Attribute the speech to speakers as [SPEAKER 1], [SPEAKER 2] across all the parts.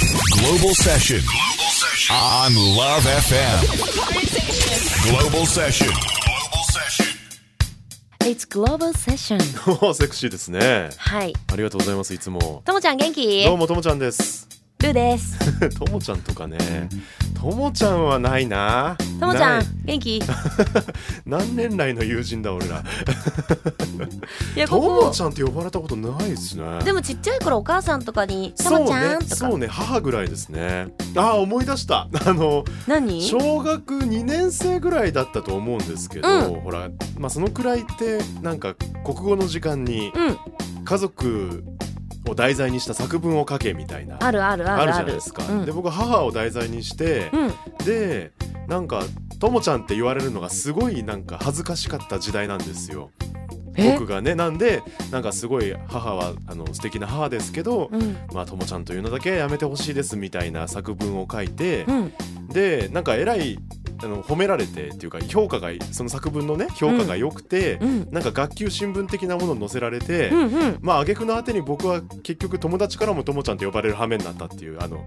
[SPEAKER 1] Global Session. Global Session. On Love FM. Global Session. Global Session.
[SPEAKER 2] It's Global Session
[SPEAKER 3] おーセクシーですね
[SPEAKER 2] はい
[SPEAKER 3] ありがとうございますいつも
[SPEAKER 2] ともちゃん元気
[SPEAKER 3] どうもともちゃんです
[SPEAKER 2] ルーです
[SPEAKER 3] ともちゃんとかねともちゃんはないな
[SPEAKER 2] ともちゃ
[SPEAKER 3] なんい
[SPEAKER 2] 元気い
[SPEAKER 3] 何年来の友人だ俺ら
[SPEAKER 2] や
[SPEAKER 3] と
[SPEAKER 2] こ
[SPEAKER 3] も
[SPEAKER 2] こ
[SPEAKER 3] ちゃんって呼ばれたことないですね
[SPEAKER 2] でもちっちゃい頃お母さんとかに「と
[SPEAKER 3] そう
[SPEAKER 2] もちゃん」
[SPEAKER 3] ね
[SPEAKER 2] とか、
[SPEAKER 3] そうね母ぐらいですねあー思い出した あの
[SPEAKER 2] 何
[SPEAKER 3] 小学2年生ぐらいだったと思うんですけど、ほら、まあ、そのくらいってなんか国語の時間に
[SPEAKER 2] うん
[SPEAKER 3] 家族を題材にした作文を書けみたいな
[SPEAKER 2] あるあるある
[SPEAKER 3] あるじ
[SPEAKER 2] あ
[SPEAKER 3] ゃな
[SPEAKER 2] る
[SPEAKER 3] いですか。
[SPEAKER 2] うん
[SPEAKER 3] で僕母を題材にして、
[SPEAKER 2] うん
[SPEAKER 3] でなんか「ともちゃん」って言われるのがすごいなんか恥ずかしかった時代なんですよ。
[SPEAKER 2] え
[SPEAKER 3] 僕がねなんでなんかすごい母はあの素敵な母ですけど
[SPEAKER 2] う。ん
[SPEAKER 3] まあ、ともちゃんというのだけやめてほしいですみたいな作文を書いて、
[SPEAKER 2] うん
[SPEAKER 3] でなんかえらいあの褒められてっていうか評価がその作文のね評価が良くて、
[SPEAKER 2] うん
[SPEAKER 3] なんか学級新聞的なものに載せられて、
[SPEAKER 2] うんうん
[SPEAKER 3] まあ挙句の果てに僕は結局友達からもともちゃんと呼ばれる羽目になったっていうあの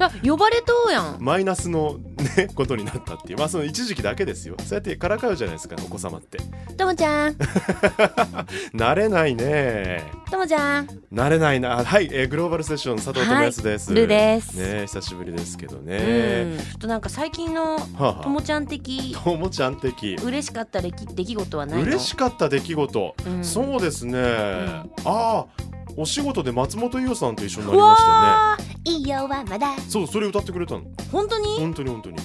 [SPEAKER 2] あ呼ばれとうやん
[SPEAKER 3] マイナスの、ね、ことになったっていうまあその一時期だけですよそうやってからかうじゃないですかお子様って
[SPEAKER 2] ともちゃん
[SPEAKER 3] 慣れないね
[SPEAKER 2] ともちゃん
[SPEAKER 3] 慣れないなはい、えーグローバルセッション佐藤智康です、
[SPEAKER 2] はいルーです
[SPEAKER 3] ね久しぶりですけど
[SPEAKER 2] うん
[SPEAKER 3] ね、
[SPEAKER 2] ちょっとなんか最近の
[SPEAKER 3] はあ
[SPEAKER 2] と
[SPEAKER 3] は
[SPEAKER 2] もちゃん的
[SPEAKER 3] あともちゃん的
[SPEAKER 2] 嬉しかった出来出来事はないの
[SPEAKER 3] 嬉しかった出来事、
[SPEAKER 2] うん
[SPEAKER 3] そうですね、ああお仕事で松本伊代さんと一緒にな
[SPEAKER 2] う
[SPEAKER 3] りましたね
[SPEAKER 2] わーいいよはまだ
[SPEAKER 3] そうそれ歌ってくれたの
[SPEAKER 2] 本当に
[SPEAKER 3] 本当に本当に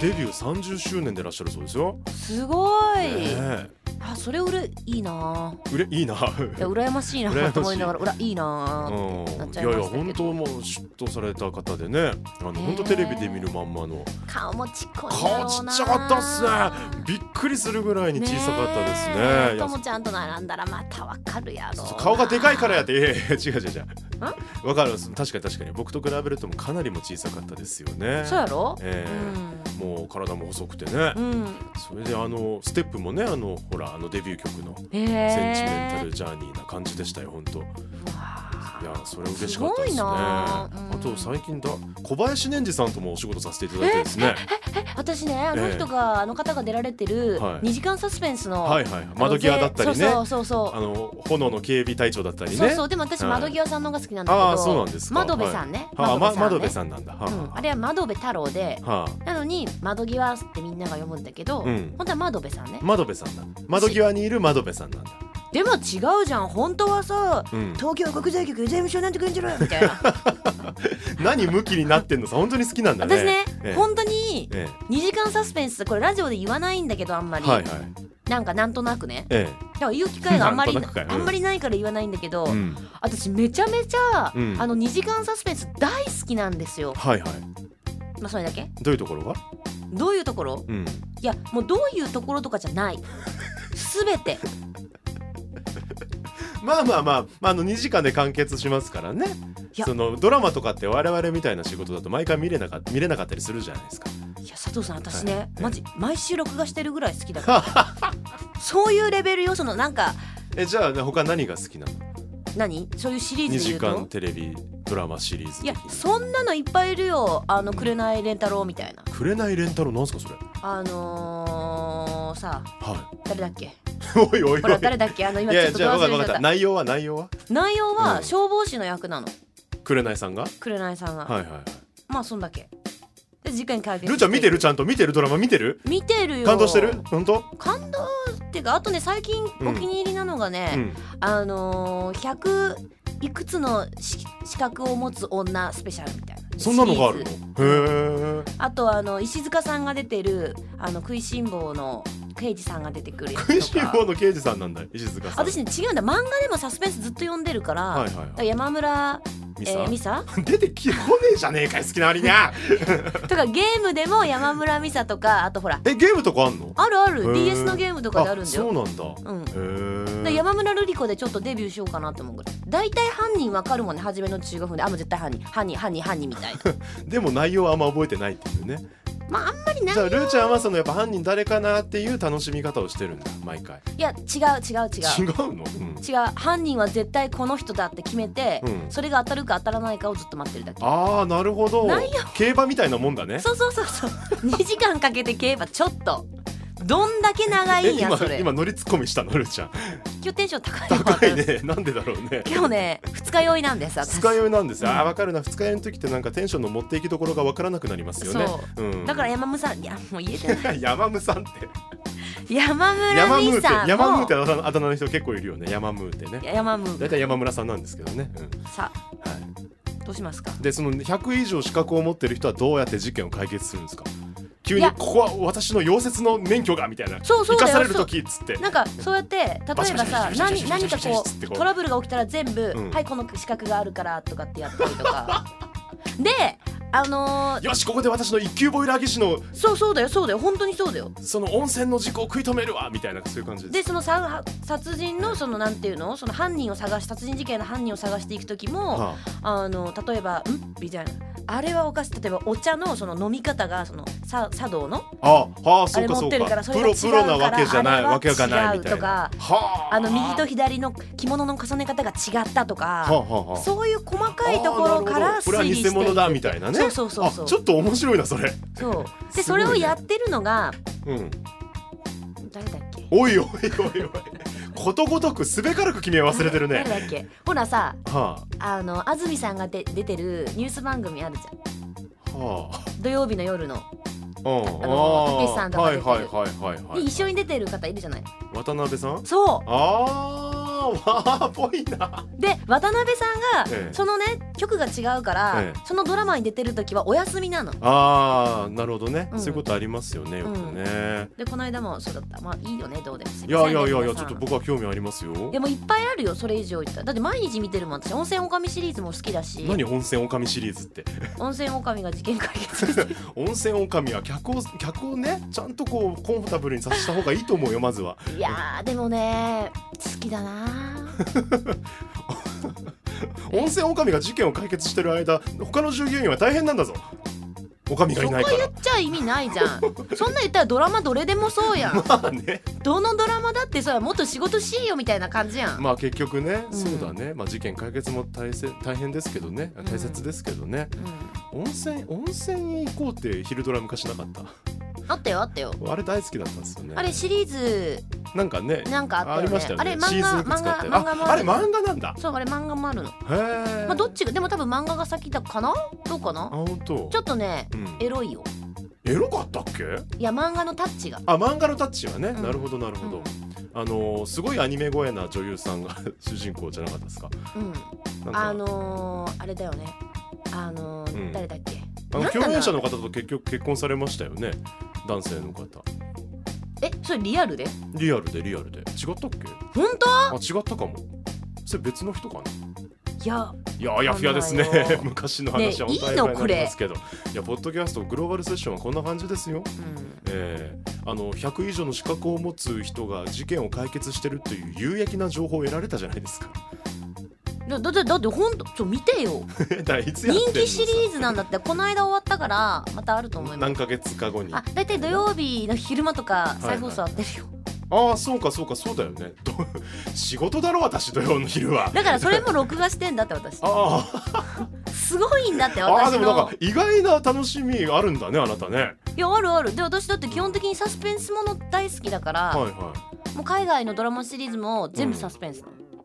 [SPEAKER 3] デビュー30周年でいらっしゃるそうですよ、
[SPEAKER 2] すごい、
[SPEAKER 3] ね
[SPEAKER 2] あそれうれいいな
[SPEAKER 3] えうれいいな
[SPEAKER 2] いや羨ましい
[SPEAKER 3] 羨まし
[SPEAKER 2] ないと思いながらうらいいなーってなっ
[SPEAKER 3] うん、
[SPEAKER 2] ち
[SPEAKER 3] い
[SPEAKER 2] ゃ
[SPEAKER 3] や
[SPEAKER 2] い
[SPEAKER 3] い
[SPEAKER 2] ま
[SPEAKER 3] や
[SPEAKER 2] したけど
[SPEAKER 3] 本当もう嫉妬された方でねあの
[SPEAKER 2] ねえ
[SPEAKER 3] 本当テレビで見るまんまの
[SPEAKER 2] 顔もちっこいんだろ
[SPEAKER 3] 顔ち
[SPEAKER 2] う
[SPEAKER 3] っ
[SPEAKER 2] な
[SPEAKER 3] ちゃかったっすねびっくりするぐらいに小さかったですね
[SPEAKER 2] え
[SPEAKER 3] い
[SPEAKER 2] と
[SPEAKER 3] や
[SPEAKER 2] もちゃんと並んだらまたわかるやろう
[SPEAKER 3] そ
[SPEAKER 2] な
[SPEAKER 3] 顔がでかいからやっていやいや違う違う違うわかる確かに確かに僕と比べるともかなりも小さかったですよね
[SPEAKER 2] そうやろ、
[SPEAKER 3] ええもう体も細くてね、
[SPEAKER 2] うん、うん、
[SPEAKER 3] それであのステップもねあのほらあのデビュー曲の
[SPEAKER 2] え
[SPEAKER 3] 「
[SPEAKER 2] え
[SPEAKER 3] センチメンタル・ジャーニー」な感じでしたよ本当いやそれは嬉しかったです
[SPEAKER 2] すごい
[SPEAKER 3] ね
[SPEAKER 2] な
[SPEAKER 3] あ
[SPEAKER 2] うん
[SPEAKER 3] と最近だ小林念二さんともお仕事させていただいてですね
[SPEAKER 2] 私ねあの人が、あの方が出られてる
[SPEAKER 3] はい
[SPEAKER 2] 二時間サスペンスの、
[SPEAKER 3] はいはい窓際だったりね
[SPEAKER 2] そうそうそうそ
[SPEAKER 3] あ
[SPEAKER 2] う
[SPEAKER 3] の炎の警備隊長だったりね
[SPEAKER 2] そうそうでも私
[SPEAKER 3] はい
[SPEAKER 2] 窓際さんの方が好きなんだけど、
[SPEAKER 3] ああそうなんですか
[SPEAKER 2] 窓辺さんね、
[SPEAKER 3] はいあま窓
[SPEAKER 2] 辺
[SPEAKER 3] 辺
[SPEAKER 2] ん
[SPEAKER 3] さんなんだは
[SPEAKER 2] ね、うん、あれは窓辺太郎で
[SPEAKER 3] あはあ
[SPEAKER 2] なのに窓際ってみんなが読むんだけど、
[SPEAKER 3] うん
[SPEAKER 2] 本当は窓辺さんね
[SPEAKER 3] 窓辺さんだ窓際にいる窓辺さんなんだ
[SPEAKER 2] でも違うじゃん本当はさ
[SPEAKER 3] うん
[SPEAKER 2] 東京国税局税務署なんてくんじゃろみた いな
[SPEAKER 3] 何ムキになってんのさ本当に好きなんだね
[SPEAKER 2] 私ね、
[SPEAKER 3] ええ
[SPEAKER 2] 本当に
[SPEAKER 3] え
[SPEAKER 2] 2時間サスペンスこれラジオで言わないんだけどあんま
[SPEAKER 3] え
[SPEAKER 2] り、
[SPEAKER 3] はいはい
[SPEAKER 2] なんかなんとなくね
[SPEAKER 3] え
[SPEAKER 2] だから言う機会があんまり
[SPEAKER 3] な
[SPEAKER 2] なん
[SPEAKER 3] となくかようん
[SPEAKER 2] あんまりないから言わないんだけど、
[SPEAKER 3] えうん
[SPEAKER 2] 私めちゃめちゃ、
[SPEAKER 3] うん
[SPEAKER 2] あの2時間サスペンス大好きなんですよ
[SPEAKER 3] はいはい
[SPEAKER 2] まあそれだけ
[SPEAKER 3] どういうところが
[SPEAKER 2] どういうところ
[SPEAKER 3] うん
[SPEAKER 2] いやもうどういうところとかじゃ ない全て
[SPEAKER 3] まあまあまあ、まあ、あの2時間で完結しますからね
[SPEAKER 2] いや
[SPEAKER 3] そのドラマとかって我々みたいな仕事だと毎回見れなか見れなかったりするじゃないですか
[SPEAKER 2] いや佐藤さん私ね、
[SPEAKER 3] はい
[SPEAKER 2] マジ毎週録画してるぐらい好きだから そういうレベルよそのなんか
[SPEAKER 3] えじゃあ他何が好きなの
[SPEAKER 2] 何そういうシリー
[SPEAKER 3] 2
[SPEAKER 2] ズで言
[SPEAKER 3] 時
[SPEAKER 2] うと
[SPEAKER 3] 間テレビドラマシリーズ
[SPEAKER 2] い
[SPEAKER 3] 的
[SPEAKER 2] や
[SPEAKER 3] に
[SPEAKER 2] そんなのいっぱいいるよあの「紅レンタロウ」みたいな
[SPEAKER 3] 紅レンタルなんすかそれは
[SPEAKER 2] あのー、さ
[SPEAKER 3] い
[SPEAKER 2] 誰だっけ
[SPEAKER 3] おいおいおい
[SPEAKER 2] ほら誰だっけあの今
[SPEAKER 3] い
[SPEAKER 2] ちょ
[SPEAKER 3] や
[SPEAKER 2] っと
[SPEAKER 3] じ
[SPEAKER 2] ど
[SPEAKER 3] ゃあ分
[SPEAKER 2] 忘
[SPEAKER 3] かった
[SPEAKER 2] れちゃ
[SPEAKER 3] 分かっ
[SPEAKER 2] ったた
[SPEAKER 3] 内容は内容は
[SPEAKER 2] 内容
[SPEAKER 3] う
[SPEAKER 2] は
[SPEAKER 3] ん
[SPEAKER 2] 消防士の役なの
[SPEAKER 3] 紅さんが
[SPEAKER 2] 紅さんが、
[SPEAKER 3] はいはいはい
[SPEAKER 2] まあそんだけで事件解決
[SPEAKER 3] ルーちゃん見てるち
[SPEAKER 2] ゃん
[SPEAKER 3] ゃんと見てるドラマ見てる
[SPEAKER 2] 見てるよ
[SPEAKER 3] 感動してる本当
[SPEAKER 2] 感動っていうかあとね最近
[SPEAKER 3] うん
[SPEAKER 2] お気に入りなのがね、
[SPEAKER 3] うん
[SPEAKER 2] あのー、100いくつのし資格を持つ女スペシャルみたいな
[SPEAKER 3] そんなのがある
[SPEAKER 2] シリーズ
[SPEAKER 3] のへえ
[SPEAKER 2] あとあの石塚さんが出てるあの食いしん坊の刑事さんが出てくるやつと
[SPEAKER 3] 食
[SPEAKER 2] か
[SPEAKER 3] いしん坊の刑事さんなんだ石塚さん
[SPEAKER 2] 私ね違うんだ漫画でもサスペンスずっと読んでるから,、
[SPEAKER 3] はいはいはい
[SPEAKER 2] 山村ミ
[SPEAKER 3] ミサ
[SPEAKER 2] サ,、えーミサ
[SPEAKER 3] 出てきこねえじゃねえかよ好きな割にゃ
[SPEAKER 2] とかゲームでも山村美沙とかあとほら
[SPEAKER 3] えゲームとかあんの
[SPEAKER 2] あるあ
[SPEAKER 3] へー
[SPEAKER 2] る DS のゲームとかであるんだ
[SPEAKER 3] そう
[SPEAKER 2] よ。
[SPEAKER 3] なんだ
[SPEAKER 2] うん
[SPEAKER 3] へ
[SPEAKER 2] で
[SPEAKER 3] え
[SPEAKER 2] 山村瑠璃子でちょっとデビューしようかなと思うぐらい大体犯人わかるもんね初めの15分であもう絶対犯人犯人犯人犯人みたいな
[SPEAKER 3] でも内容はあんま覚えてないっていうね
[SPEAKER 2] まああんまりな
[SPEAKER 3] じゃあ
[SPEAKER 2] い
[SPEAKER 3] ルーちゃんはそのやっぱ犯人誰かなっていう楽しみ方をしてるんだ毎回
[SPEAKER 2] いや違う違う違
[SPEAKER 3] 違
[SPEAKER 2] う
[SPEAKER 3] うの、うん、
[SPEAKER 2] 違う犯人は絶対この人だって決めて、
[SPEAKER 3] うん
[SPEAKER 2] それが当たるか当たらないかをずっと待ってるだけ
[SPEAKER 3] ああなるほど
[SPEAKER 2] ないよ
[SPEAKER 3] 競馬みたいなもんだね
[SPEAKER 2] そうそうそう そう2時間かけて競馬ちょっとどんだけ長
[SPEAKER 3] え
[SPEAKER 2] いんや
[SPEAKER 3] 今
[SPEAKER 2] それ今
[SPEAKER 3] 今乗りツッコミしたのルーちゃん
[SPEAKER 2] 日テンション高いよ
[SPEAKER 3] 高いねなんでだろうね
[SPEAKER 2] 私今日ね二日酔いなんです私
[SPEAKER 3] 二日酔いなんですよ、ああ分かるな二日酔いの時ってなんかテンションの持っていきどころが分からなくなりますよねう、ん、
[SPEAKER 2] だから山村さんいやもう言えてない
[SPEAKER 3] ら山ムさんって
[SPEAKER 2] 山村
[SPEAKER 3] 山ム
[SPEAKER 2] 兄
[SPEAKER 3] ーって
[SPEAKER 2] さんの
[SPEAKER 3] 山ムーってあだあだ名の人結構いるよね山ムーってね
[SPEAKER 2] 山村
[SPEAKER 3] 大体山村さんなんですけどね、うん
[SPEAKER 2] さ
[SPEAKER 3] は
[SPEAKER 2] どうしますか
[SPEAKER 3] い、でその100以上資格を持ってる人はどうやって事件を解決するんですか急
[SPEAKER 2] い
[SPEAKER 3] に
[SPEAKER 2] や
[SPEAKER 3] ここは私の溶接の免許がみたいな
[SPEAKER 2] そうそう
[SPEAKER 3] 生
[SPEAKER 2] だ
[SPEAKER 3] か
[SPEAKER 2] よ
[SPEAKER 3] される時っつって
[SPEAKER 2] なんかそうやって例えば
[SPEAKER 3] バシバシバ
[SPEAKER 2] さ
[SPEAKER 3] シバシ
[SPEAKER 2] 何何か
[SPEAKER 3] バシ
[SPEAKER 2] こ
[SPEAKER 3] バシバシってこ
[SPEAKER 2] う
[SPEAKER 3] う
[SPEAKER 2] トラブルが起きたら全部、
[SPEAKER 3] うん
[SPEAKER 2] はいこの資格があるからとかってやったりとかであのー
[SPEAKER 3] よしここで私の一級ボイラー技師の
[SPEAKER 2] そうそうだよそうだよ本当にそうだよ
[SPEAKER 3] その温泉の事故を食い止めるわみたいなそういう感じ
[SPEAKER 2] で
[SPEAKER 3] です
[SPEAKER 2] そのさ殺人のそのなんていうのその犯人を探し殺人事件の犯人を探していく時も、
[SPEAKER 3] は
[SPEAKER 2] あの例えば「ん?」みたいなあれはおかしい例えばお茶のその飲み方がその茶茶道の
[SPEAKER 3] あ、ああはあ
[SPEAKER 2] あ
[SPEAKER 3] そう
[SPEAKER 2] れ
[SPEAKER 3] か
[SPEAKER 2] 持
[SPEAKER 3] そ
[SPEAKER 2] っ
[SPEAKER 3] う
[SPEAKER 2] てるから
[SPEAKER 3] か
[SPEAKER 2] それが違
[SPEAKER 3] プロ
[SPEAKER 2] う
[SPEAKER 3] プロな
[SPEAKER 2] か
[SPEAKER 3] わけじゃな
[SPEAKER 2] ら
[SPEAKER 3] いわけが
[SPEAKER 2] あ
[SPEAKER 3] な
[SPEAKER 2] れは違
[SPEAKER 3] いみた
[SPEAKER 2] う
[SPEAKER 3] い
[SPEAKER 2] と
[SPEAKER 3] な
[SPEAKER 2] か
[SPEAKER 3] は
[SPEAKER 2] あの右と左の着物の重ね方が違ったとか、
[SPEAKER 3] はあはあはあ
[SPEAKER 2] そういう細かいところから
[SPEAKER 3] あーなるほ
[SPEAKER 2] 推
[SPEAKER 3] どこれは
[SPEAKER 2] 理して
[SPEAKER 3] 偽
[SPEAKER 2] いく
[SPEAKER 3] 物だみたいなね
[SPEAKER 2] そうそうそうそう
[SPEAKER 3] あちょっと面白いなそれ
[SPEAKER 2] そうで、
[SPEAKER 3] す
[SPEAKER 2] そ
[SPEAKER 3] ごいね
[SPEAKER 2] れをやってるのが
[SPEAKER 3] うん
[SPEAKER 2] 誰だっけ
[SPEAKER 3] おいおいおいおいことごとくすべからく君は忘れてるね
[SPEAKER 2] 誰だっけほらさ
[SPEAKER 3] は
[SPEAKER 2] あの安住さんがで出てるニュース番組あるじゃ
[SPEAKER 3] あはあ
[SPEAKER 2] ん土曜日の夜の、
[SPEAKER 3] うん
[SPEAKER 2] あの
[SPEAKER 3] あ
[SPEAKER 2] たけしさんとか
[SPEAKER 3] は
[SPEAKER 2] 出
[SPEAKER 3] い
[SPEAKER 2] てる
[SPEAKER 3] はいはいはいは
[SPEAKER 2] で
[SPEAKER 3] い
[SPEAKER 2] 一緒に出てる方いるじゃない
[SPEAKER 3] 渡辺さん
[SPEAKER 2] そう
[SPEAKER 3] あーわあぽいな
[SPEAKER 2] で渡辺さんが、
[SPEAKER 3] ええ
[SPEAKER 2] そのね曲が違うから、
[SPEAKER 3] ええ
[SPEAKER 2] そのドラマに出てる時はお休みなの。
[SPEAKER 3] あーなるほどね、
[SPEAKER 2] うん
[SPEAKER 3] そういうことありますよねよくね、
[SPEAKER 2] でこの間もそうだったまあいいよねどうでもす
[SPEAKER 3] い
[SPEAKER 2] み
[SPEAKER 3] や
[SPEAKER 2] ません
[SPEAKER 3] いやいやいや
[SPEAKER 2] 皆
[SPEAKER 3] ち
[SPEAKER 2] さん
[SPEAKER 3] ょっと僕は興味ありますよ
[SPEAKER 2] いやもういっぱいあるよそれ以上言ったらだって毎日見てるもん私温泉おかみシリーズも好きだし
[SPEAKER 3] 何温泉おかみシリーズって
[SPEAKER 2] 温泉おかみが事件解決して
[SPEAKER 3] 温泉おかみは客を客をねちゃんとこうコンフォータブルにさせた方がいいと思うよまずはい
[SPEAKER 2] やーでもね好きだ な
[SPEAKER 3] 温泉おかみが事件を解決してる間他の従業員は大変なんだぞおかみが
[SPEAKER 2] そ
[SPEAKER 3] い
[SPEAKER 2] こ
[SPEAKER 3] ない
[SPEAKER 2] 言
[SPEAKER 3] か
[SPEAKER 2] っちゃ意味ないじゃんそんな言ったらドラマどれでもそうや ん
[SPEAKER 3] らまあね
[SPEAKER 2] どのドラマだってそれはもっと仕事しいよみたいな感じやん、
[SPEAKER 3] まあ結局ね、
[SPEAKER 2] うん
[SPEAKER 3] そうだねまあ事件解決も大せ大変ですけどね
[SPEAKER 2] ん
[SPEAKER 3] 大切ですけどね、
[SPEAKER 2] う
[SPEAKER 3] 温泉温泉へ行こうって昼ドラ昔なかった
[SPEAKER 2] ん、あったよあったよ
[SPEAKER 3] あれ大好きだったんですよね
[SPEAKER 2] あれシリーズ
[SPEAKER 3] なんかね
[SPEAKER 2] なんかあったよね
[SPEAKER 3] りましたよね
[SPEAKER 2] あれ漫画
[SPEAKER 3] シーズンいくつかあったよ
[SPEAKER 2] 漫画漫画も
[SPEAKER 3] ああれ漫画なんだ
[SPEAKER 2] そうあれ漫画もあるの
[SPEAKER 3] へえ、
[SPEAKER 2] まあ、どっちがでも多分漫画が先だかなどうか
[SPEAKER 3] あ
[SPEAKER 2] な
[SPEAKER 3] 本当
[SPEAKER 2] ちょっとね
[SPEAKER 3] うん
[SPEAKER 2] エロいよ
[SPEAKER 3] エロかったっけ
[SPEAKER 2] いや漫画のタッチが
[SPEAKER 3] あ漫画のタッチはね、
[SPEAKER 2] うん
[SPEAKER 3] なるほどなるほど、
[SPEAKER 2] うん
[SPEAKER 3] あのーすごいアニメ声な女優さんが 主人公じゃなかったですか
[SPEAKER 2] うん
[SPEAKER 3] なんか
[SPEAKER 2] あのー、あれだよねあのー
[SPEAKER 3] うん
[SPEAKER 2] 誰だっけ
[SPEAKER 3] あの
[SPEAKER 2] なんだ
[SPEAKER 3] 共演者の方と結局結婚されましたよね男性の方
[SPEAKER 2] えそれリアルで
[SPEAKER 3] リアルでリアルで違ったっけ
[SPEAKER 2] 本当
[SPEAKER 3] あ違ったかもそれ別の人かない
[SPEAKER 2] や
[SPEAKER 3] いやあやふやですね
[SPEAKER 2] わかんないよ
[SPEAKER 3] 昔の話は
[SPEAKER 2] ね
[SPEAKER 3] 本
[SPEAKER 2] え
[SPEAKER 3] 当
[SPEAKER 2] い
[SPEAKER 3] に
[SPEAKER 2] いの
[SPEAKER 3] 曖昧になりますけどいやポッドキャストグローバルセッションはこんな感じですよ
[SPEAKER 2] うん
[SPEAKER 3] えー、あの100以上の資格を持つ人が事件を解決してるという有益な情報を得られたじゃないですか
[SPEAKER 2] だだってだって本当ちょ見てよ
[SPEAKER 3] だからいつやって
[SPEAKER 2] 人
[SPEAKER 3] んの
[SPEAKER 2] 気シリーズなんだってこの間終わったからまたあると思いま
[SPEAKER 3] 何
[SPEAKER 2] す
[SPEAKER 3] ヶ月か後に
[SPEAKER 2] あ大体土曜日の昼間とか再放送あってるよ、
[SPEAKER 3] ああそうかそうかそうだよね ど仕事だろ私土曜の昼は
[SPEAKER 2] だから それも録画してんだって私
[SPEAKER 3] あ
[SPEAKER 2] すごいんだって
[SPEAKER 3] あああ
[SPEAKER 2] 私
[SPEAKER 3] でも
[SPEAKER 2] の
[SPEAKER 3] なんか意外な楽しみあるんだねあなたね
[SPEAKER 2] いやあるあるで私だって基本的にサスペンスもの大好きだから、
[SPEAKER 3] はいはい
[SPEAKER 2] もう海外のドラマシリーズも全部サスペンスなの、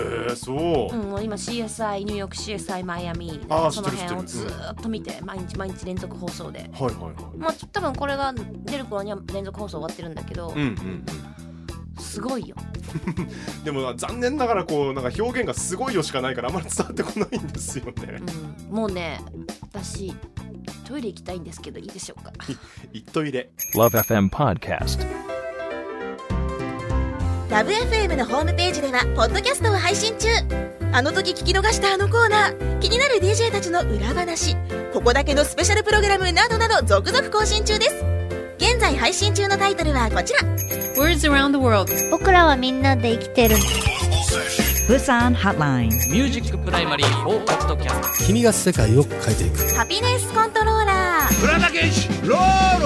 [SPEAKER 3] えー、そう
[SPEAKER 2] うん、もう今 CSI ニューヨーク CSI マイアミ
[SPEAKER 3] あー
[SPEAKER 2] その
[SPEAKER 3] 知ってる
[SPEAKER 2] 辺を
[SPEAKER 3] 知って
[SPEAKER 2] ず
[SPEAKER 3] る
[SPEAKER 2] ーっと見て毎日毎日連続放送で
[SPEAKER 3] はいはいはい
[SPEAKER 2] まあ多分これが出る頃には連続放送終わってるんだけど、
[SPEAKER 3] うんうん
[SPEAKER 2] すごいよ
[SPEAKER 3] うん、でも残念ながらこうなんか表現がすごいよしかないからあんまり伝わってこないんですよね
[SPEAKER 2] うん、もうね私トイレ行きたいんですけどいいでしょうか
[SPEAKER 3] 一トイレ
[SPEAKER 1] Love FM Podcast.
[SPEAKER 4] ラブ f m のホームページではポッドキャストを配信中あの時聞き逃したあのコーナー気になる DJ たちの裏話ここだけのスペシャルプログラムなどなど続々更新中です現在配信中のタイトルはこちら
[SPEAKER 5] Words around the world.
[SPEAKER 6] 僕らはみんなで生きてる
[SPEAKER 1] Global Session.
[SPEAKER 5] Busan Hotline.
[SPEAKER 6] ミュージックプライマリーフォーカストキャス
[SPEAKER 7] 君が世界を変えていく
[SPEAKER 4] ハピネスコントローラー
[SPEAKER 1] プラダケシロー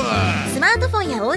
[SPEAKER 1] ル
[SPEAKER 4] スマートフォンやオー